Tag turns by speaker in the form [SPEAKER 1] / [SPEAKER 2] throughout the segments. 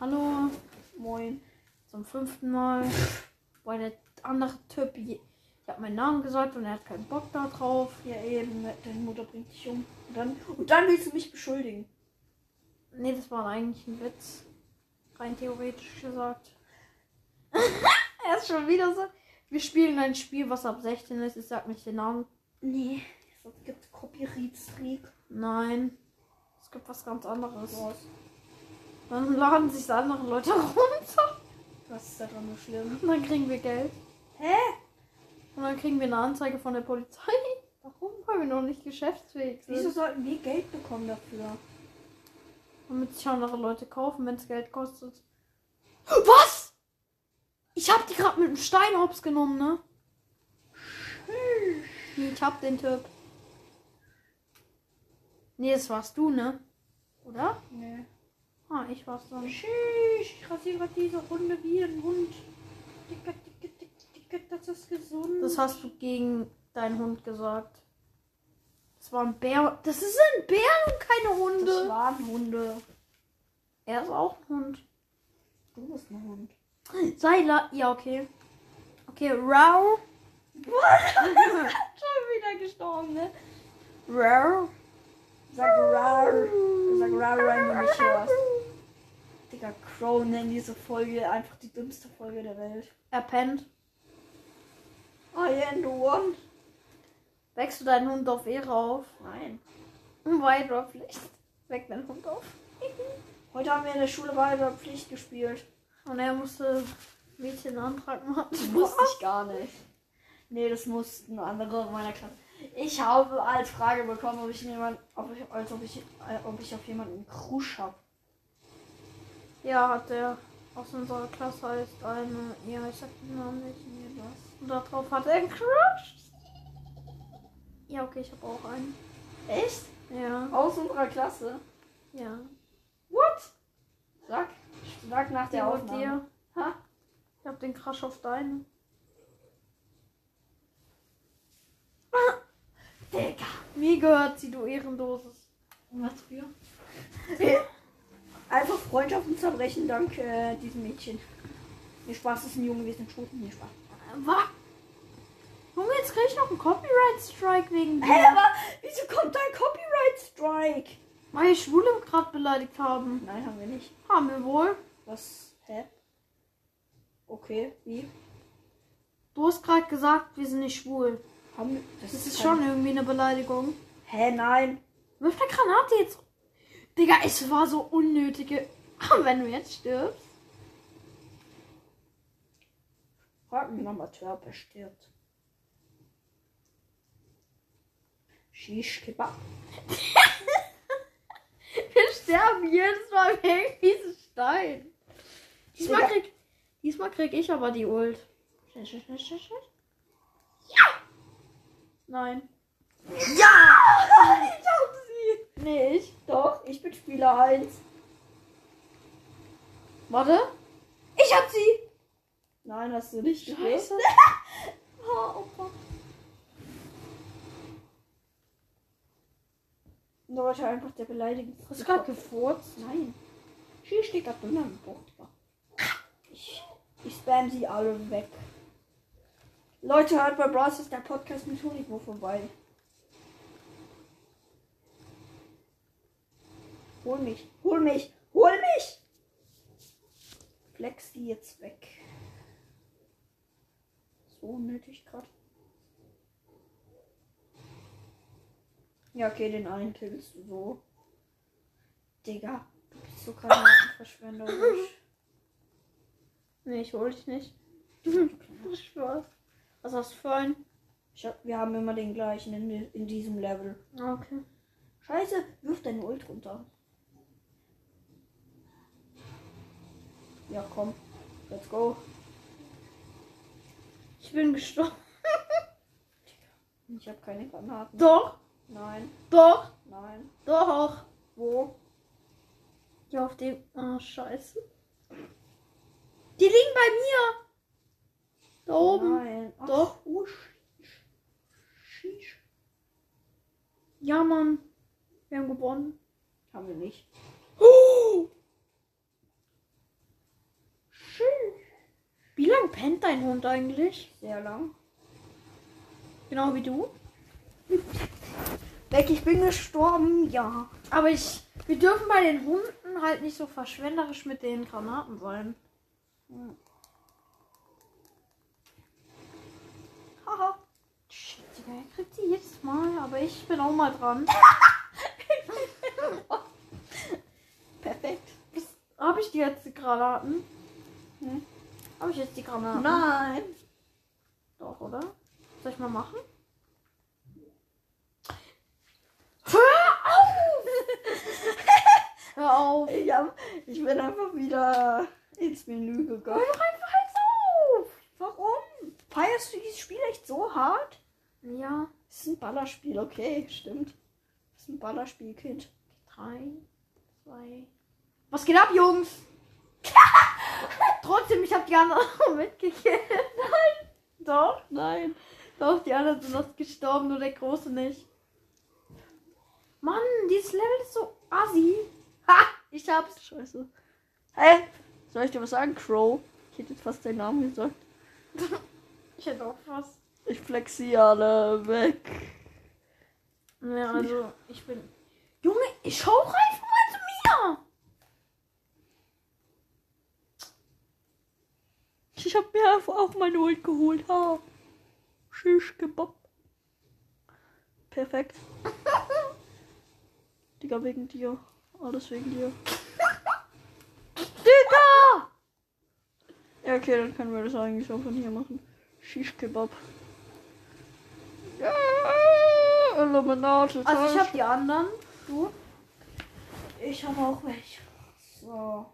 [SPEAKER 1] Hallo, moin. Zum fünften Mal. Weil der andere Typ, je- ich habe meinen Namen gesagt und er hat keinen Bock da drauf.
[SPEAKER 2] Ja, eben, deine Mutter bringt dich um. Und dann, und dann willst du mich beschuldigen.
[SPEAKER 1] Nee, das war eigentlich ein Witz. Rein theoretisch gesagt. er ist schon wieder so. Wir spielen ein Spiel, was ab 16 ist. Ich sag nicht den Namen.
[SPEAKER 2] Nee. Es gibt Copyright-Streak.
[SPEAKER 1] Nein. Es gibt was ganz anderes.
[SPEAKER 2] Was?
[SPEAKER 1] Dann laden sich andere Leute runter.
[SPEAKER 2] Was ist daran so schlimm?
[SPEAKER 1] Und dann kriegen wir Geld.
[SPEAKER 2] Hä?
[SPEAKER 1] Und dann kriegen wir eine Anzeige von der Polizei. Warum? Weil wir noch nicht geschäftsfähig sind.
[SPEAKER 2] Wieso sollten wir Geld bekommen dafür?
[SPEAKER 1] Damit sich andere Leute kaufen, wenn es Geld kostet. Was? Ich hab die gerade mit dem Stein hops genommen, ne? Nee, Ich hab den Typ. Nee, das warst du, ne? Oder?
[SPEAKER 2] Nee.
[SPEAKER 1] Ah, ich war's dann.
[SPEAKER 2] Oh, Tschüss, ich rasiere grad diese Runde wie ein Hund. Dicker, dicker, dicker, dicker, das ist gesund.
[SPEAKER 1] Das hast du gegen deinen Hund gesagt. Das war ein Bär. Das ist ein Bär und keine
[SPEAKER 2] Das
[SPEAKER 1] Hunde.
[SPEAKER 2] waren Hunde.
[SPEAKER 1] Er ist auch ein Hund.
[SPEAKER 2] Du bist ein Hund.
[SPEAKER 1] Sei la. Ja, okay. Okay, Rau.
[SPEAKER 2] Schon wieder gestorben, ne?
[SPEAKER 1] Rau.
[SPEAKER 2] Sag rar. Sag rar, wenn du mich hörst. Digga, Crow nennt diese Folge einfach die dümmste Folge der Welt.
[SPEAKER 1] Er pennt.
[SPEAKER 2] I am the one.
[SPEAKER 1] Wächst du deinen Hund auf Ehre auf?
[SPEAKER 2] Nein.
[SPEAKER 1] Weidrop-Pflicht. Weck deinen Hund auf.
[SPEAKER 2] Heute haben wir in der Schule Wahl Pflicht gespielt.
[SPEAKER 1] Und er musste Mädchen einen Antrag machen.
[SPEAKER 2] Das wusste ich gar nicht. Nee, das mussten andere in meiner Klasse. Ich habe als Frage bekommen, ob ich jemand, ob ich, als ob ich, äh, ob ich auf jemanden Krusch habe.
[SPEAKER 1] Ja, hat der aus unserer Klasse heißt eine. Ja, ich sag den Namen nicht.
[SPEAKER 2] Nee, was?
[SPEAKER 1] Und darauf hat er einen Crush. Ja, okay, ich habe auch einen.
[SPEAKER 2] Echt?
[SPEAKER 1] Ja.
[SPEAKER 2] Aus unserer Klasse?
[SPEAKER 1] Ja.
[SPEAKER 2] What? Sag, sag nach der
[SPEAKER 1] auf
[SPEAKER 2] Aufnahme.
[SPEAKER 1] dir.
[SPEAKER 2] Ha?
[SPEAKER 1] Ich hab den Crush auf deinen.
[SPEAKER 2] Digga.
[SPEAKER 1] Mir gehört sie, du Ehrendosis. Äh,
[SPEAKER 2] Was für? Einfach Freundschaften zerbrechen dank äh, diesem Mädchen. Nee, Spaß das ist ein Junge, wir sind Schurken. Nee, Spaß.
[SPEAKER 1] Was? Junge, jetzt krieg ich noch einen Copyright-Strike wegen
[SPEAKER 2] Hä,
[SPEAKER 1] dir.
[SPEAKER 2] aber wieso kommt da ein Copyright Strike?
[SPEAKER 1] Meine Schwule gerade beleidigt haben.
[SPEAKER 2] Nein, haben wir nicht.
[SPEAKER 1] Haben wir wohl.
[SPEAKER 2] Was? Hä? Okay, wie?
[SPEAKER 1] Du hast gerade gesagt, wir sind nicht schwul.
[SPEAKER 2] Haben wir. Das,
[SPEAKER 1] Das ist
[SPEAKER 2] kein-
[SPEAKER 1] schon irgendwie eine Beleidigung.
[SPEAKER 2] Hä, nein.
[SPEAKER 1] Wirf eine Granate jetzt. Digga, es war so unnötige. Aber wenn du jetzt stirbst.
[SPEAKER 2] Frag einen Amateur, ob er stirbt. Shish Kebab.
[SPEAKER 1] Wir sterben jedes Mal wegen diesem Stein. Diesmal
[SPEAKER 2] Digga.
[SPEAKER 1] krieg, diesmal krieg ich aber die Ult.
[SPEAKER 2] Schnell, schnell, schnell, schnell, schnell.
[SPEAKER 1] Nein.
[SPEAKER 2] Ja! ich hab sie!
[SPEAKER 1] Nee, ich.
[SPEAKER 2] Doch, ich bin Spieler 1.
[SPEAKER 1] Warte. Ich hab sie.
[SPEAKER 2] Nein, hast du nicht gewusst.
[SPEAKER 1] Scheiße.
[SPEAKER 2] Oh, Opa. Nur weil ich einfach der beleidigend.
[SPEAKER 1] Hast du gerade gefurzt?
[SPEAKER 2] Nein. Hier steht gerade Dünner im Bauch. Digga. Ich, ich spam sie alle weg. Leute, hört bei Browsers der Podcast mit Honigo vorbei. Hol mich, hol mich, hol mich! Flex die jetzt weg. So unnötig gerade. Ja, okay, den einen killst du so. Digga, du bist so granatenverschwenderisch.
[SPEAKER 1] Nee, ich hol dich nicht. Spaß. Was hast du für einen?
[SPEAKER 2] Ich hab, wir haben immer den gleichen in, di- in diesem Level.
[SPEAKER 1] Okay.
[SPEAKER 2] Scheiße, wirf deine Ult runter. Ja, komm. Let's go.
[SPEAKER 1] Ich bin gestorben.
[SPEAKER 2] Ich habe keine Granaten.
[SPEAKER 1] Doch,
[SPEAKER 2] Nein,
[SPEAKER 1] doch,
[SPEAKER 2] nein.
[SPEAKER 1] doch.
[SPEAKER 2] Wo?
[SPEAKER 1] Ja, auf dem. Ah, scheiße. Die liegen bei mir. Da oben.
[SPEAKER 2] Nein. Ach,
[SPEAKER 1] Doch.
[SPEAKER 2] Oh, shish. Shish.
[SPEAKER 1] Ja, Mann. Wir haben gewonnen.
[SPEAKER 2] Haben wir nicht.
[SPEAKER 1] pennt dein Hund eigentlich?
[SPEAKER 2] Sehr lang.
[SPEAKER 1] Genau wie du.
[SPEAKER 2] Weg, ich bin gestorben, ja.
[SPEAKER 1] Aber ich, wir dürfen bei den Hunden halt nicht so verschwenderisch mit den Granaten Hm. sein.
[SPEAKER 2] Haha.
[SPEAKER 1] Shit, Digga, er kriegt die jedes Mal, aber ich bin auch mal dran.
[SPEAKER 2] Perfekt.
[SPEAKER 1] Habe ich die jetzt die Granaten?
[SPEAKER 2] Hm.
[SPEAKER 1] Habe ich jetzt die
[SPEAKER 2] Ah.
[SPEAKER 1] Granaten?
[SPEAKER 2] Nein.
[SPEAKER 1] Doch, oder? Soll ich mal machen? Hör auf!
[SPEAKER 2] Ich, hab, ich bin einfach wieder ins Menü gegangen.
[SPEAKER 1] Hör doch einfach jetzt auf!
[SPEAKER 2] Warum? Feierst du dieses Spiel echt so hart?
[SPEAKER 1] Ja,
[SPEAKER 2] Es ist ein Ballerspiel, okay, stimmt. Es ist ein Ballerspiel, Kind.
[SPEAKER 1] drei, zwei. Was geht ab, Jungs? Trotzdem, ich habe die anderen auch mitgekillt. Nein! Doch,
[SPEAKER 2] Nein.
[SPEAKER 1] doch, die anderen sind fast gestorben, nur der Große nicht. Mann, dieses Level ist so assi. Ha! Ich hab's.
[SPEAKER 2] Scheiße. Hä? Soll ich dir was sagen, Crow? Ich hätte jetzt fast deinen Namen gesagt.
[SPEAKER 1] Ich hätte auch was.
[SPEAKER 2] Ich flex sie alle weg.
[SPEAKER 1] Ja, also ich bin. Junge, ich schau einfach mal zu
[SPEAKER 2] Ich hab mir einfach auch meine Ult geholt. Ha. Schisch gebob. Perfekt. Digga, wegen dir. Alles wegen dir. Digga! Ja, okay, dann können wir das eigentlich auch von hier machen. Shish Kebab. Ja, Illuminati.
[SPEAKER 1] mir! Also ich hab
[SPEAKER 2] Teufel.
[SPEAKER 1] die anderen.
[SPEAKER 2] du.
[SPEAKER 1] Ich habe auch welche.
[SPEAKER 2] So.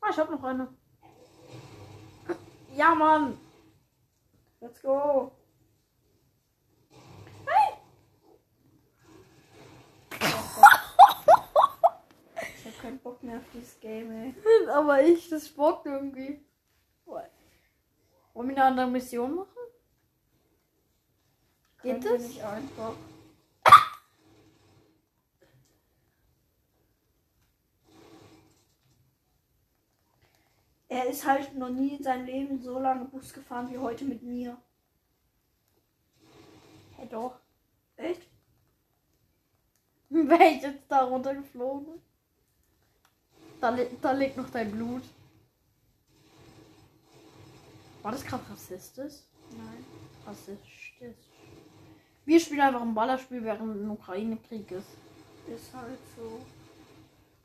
[SPEAKER 1] Ah, ich hab noch eine. Ja, Mann.
[SPEAKER 2] Let's go. Ich hab keinen Bock mehr auf dieses Game, ey.
[SPEAKER 1] Aber ich, das bockt irgendwie. Wollen wir eine andere Mission machen? Geht
[SPEAKER 2] Können wir
[SPEAKER 1] das?
[SPEAKER 2] Nicht einfach. Er ist halt noch nie in seinem Leben so lange Bus gefahren wie heute mit mir.
[SPEAKER 1] Ja, doch.
[SPEAKER 2] Echt?
[SPEAKER 1] Wäre ich jetzt da runtergeflogen? Da, li da liegt noch dein Blut. War das gerade rassistisch?
[SPEAKER 2] Nein.
[SPEAKER 1] rassistisch. Wir spielen einfach ein Ballerspiel, während ein Ukraine-Krieg ist.
[SPEAKER 2] Ist halt so.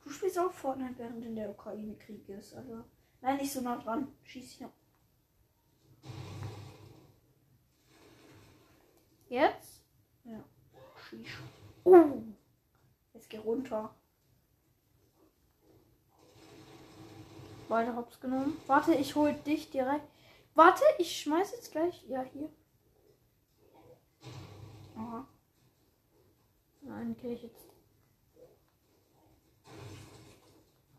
[SPEAKER 2] Du spielst auch Fortnite, während in der Ukraine Krieg ist, aber. Nein, nicht so nah dran. Schieß hier.
[SPEAKER 1] Jetzt?
[SPEAKER 2] Ja. Schieß.
[SPEAKER 1] Oh.
[SPEAKER 2] Jetzt geh runter.
[SPEAKER 1] Beide hops genommen. Warte, ich hol dich direkt. Warte, ich schmeiß jetzt gleich. Ja, hier.
[SPEAKER 2] Aha.
[SPEAKER 1] Nein, kill ich jetzt.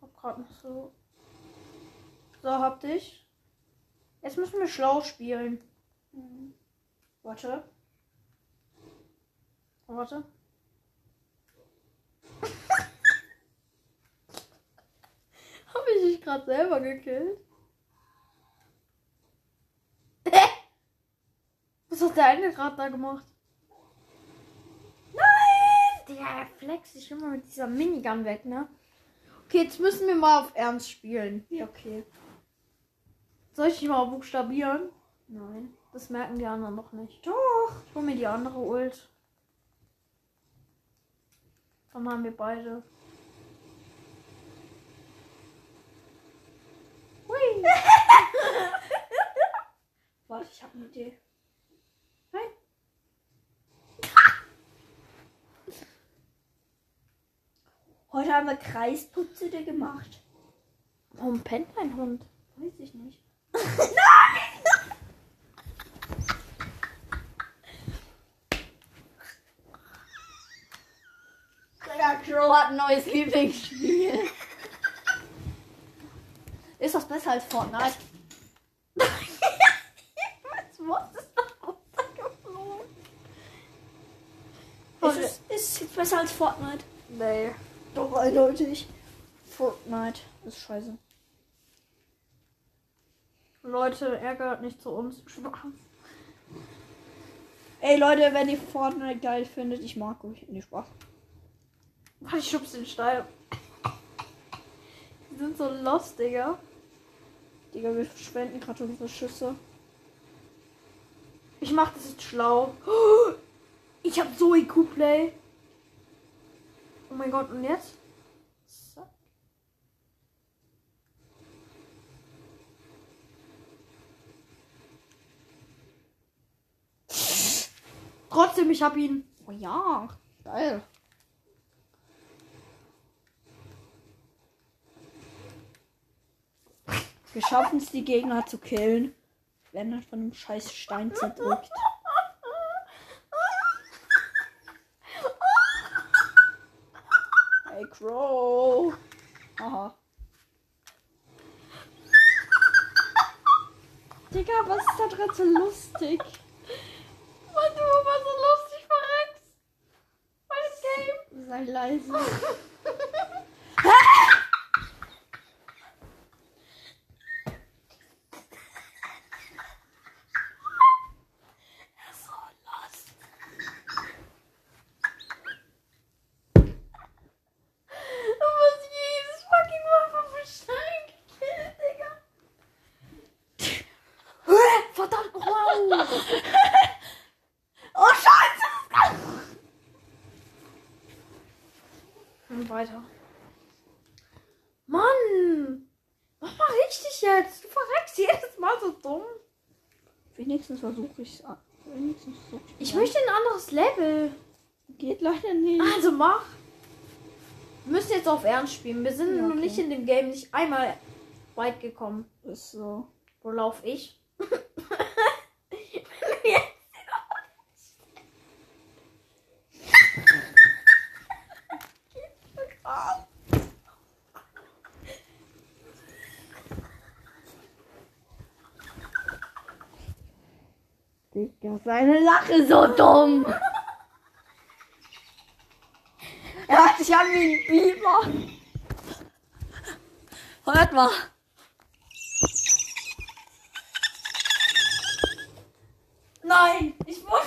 [SPEAKER 1] Hab grad noch so. So, hab dich. Jetzt müssen wir schlau spielen.
[SPEAKER 2] Mhm. Warte.
[SPEAKER 1] Warte. Habe ich dich gerade selber gekillt? Hä? Was hat der eine gerade da gemacht? Nein! Der flext sich immer mit dieser Minigun weg, ne? Okay, jetzt müssen wir mal auf Ernst spielen.
[SPEAKER 2] Ja, okay.
[SPEAKER 1] Soll ich dich mal buchstabieren?
[SPEAKER 2] Nein.
[SPEAKER 1] Das merken die anderen noch nicht.
[SPEAKER 2] Doch.
[SPEAKER 1] Ich hol mir die andere Ult. Dann haben wir beide. Hui!
[SPEAKER 2] Warte, ich hab eine Idee.
[SPEAKER 1] Nein.
[SPEAKER 2] Heute haben wir Kreisputze dir gemacht.
[SPEAKER 1] Warum pennt mein Hund?
[SPEAKER 2] Weiß ich nicht.
[SPEAKER 1] Digga, Crow hat ein neues Lieblingsspiel.
[SPEAKER 2] Ist das besser als Fortnite?
[SPEAKER 1] Was ist da runtergeflogen?
[SPEAKER 2] Ist es, ist es jetzt besser als Fortnite?
[SPEAKER 1] Nee.
[SPEAKER 2] Doch, eindeutig. Fortnite ist scheiße.
[SPEAKER 1] Leute, Ärger nicht zu uns.
[SPEAKER 2] Ey Leute, wenn ihr Fortnite geil findet, ich mag euch. Nee, Spaß.
[SPEAKER 1] Warte, Ich schub's den Stein. Die sind so lost, Digga.
[SPEAKER 2] Digga, wir verschwenden gerade unsere Schüsse.
[SPEAKER 1] Ich mach das jetzt schlau. Ich hab so IQ-Play. Oh mein Gott, und jetzt? Zack. Trotzdem, ich hab ihn.
[SPEAKER 2] Oh ja, geil. Wir schaffen es, die Gegner zu killen. Werden dann von einem scheiß Stein zerdrückt. Hey, Crow. Aha. Digga, was ist da dran so lustig?
[SPEAKER 1] Mann, du war so lustig verreckt. Mein Game.
[SPEAKER 2] Sei leise.
[SPEAKER 1] So lost. Du wirst jedes fucking Mal vom Stein gekillt, Digga. Verdammt, wow.
[SPEAKER 2] Oh, Scheiße!
[SPEAKER 1] Und weiter. Mann! Mach mal richtig jetzt! Du verreckst jedes Mal so dumm.
[SPEAKER 2] Wenigstens versuche ich es an. Wenigstens versuche ich
[SPEAKER 1] Ich möchte ein anderes Level.
[SPEAKER 2] Geht leider nicht.
[SPEAKER 1] Also mach. Wir müssen jetzt auf Ernst spielen. Wir sind
[SPEAKER 2] Ja,
[SPEAKER 1] noch
[SPEAKER 2] okay.
[SPEAKER 1] nicht in dem Game nicht einmal weit gekommen.
[SPEAKER 2] Ist so.
[SPEAKER 1] Wo lauf ich?
[SPEAKER 2] Digga, seine Lache so dumm. er hat sich an wie ein Biber. Hört mal.
[SPEAKER 1] Nein, ich muss.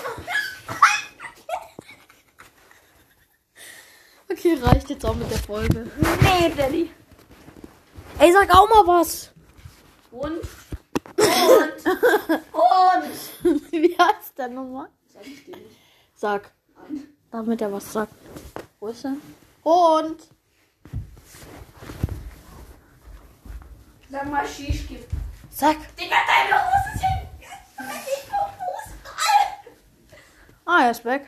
[SPEAKER 1] okay, reicht jetzt auch mit der Folge.
[SPEAKER 2] Nee, Daddy.
[SPEAKER 1] Ey, sag auch mal was.
[SPEAKER 2] Und. Und. Und.
[SPEAKER 1] Wie heißt der nochmal?
[SPEAKER 2] Sag ich dir nicht
[SPEAKER 1] Sag,
[SPEAKER 2] an.
[SPEAKER 1] damit er was sagt.
[SPEAKER 2] Wo ist er?
[SPEAKER 1] Und
[SPEAKER 2] Sag mal Schischki.
[SPEAKER 1] sag.
[SPEAKER 2] Digga, deine Hose sind. Ich komm, Hose.
[SPEAKER 1] Ah, er ist weg.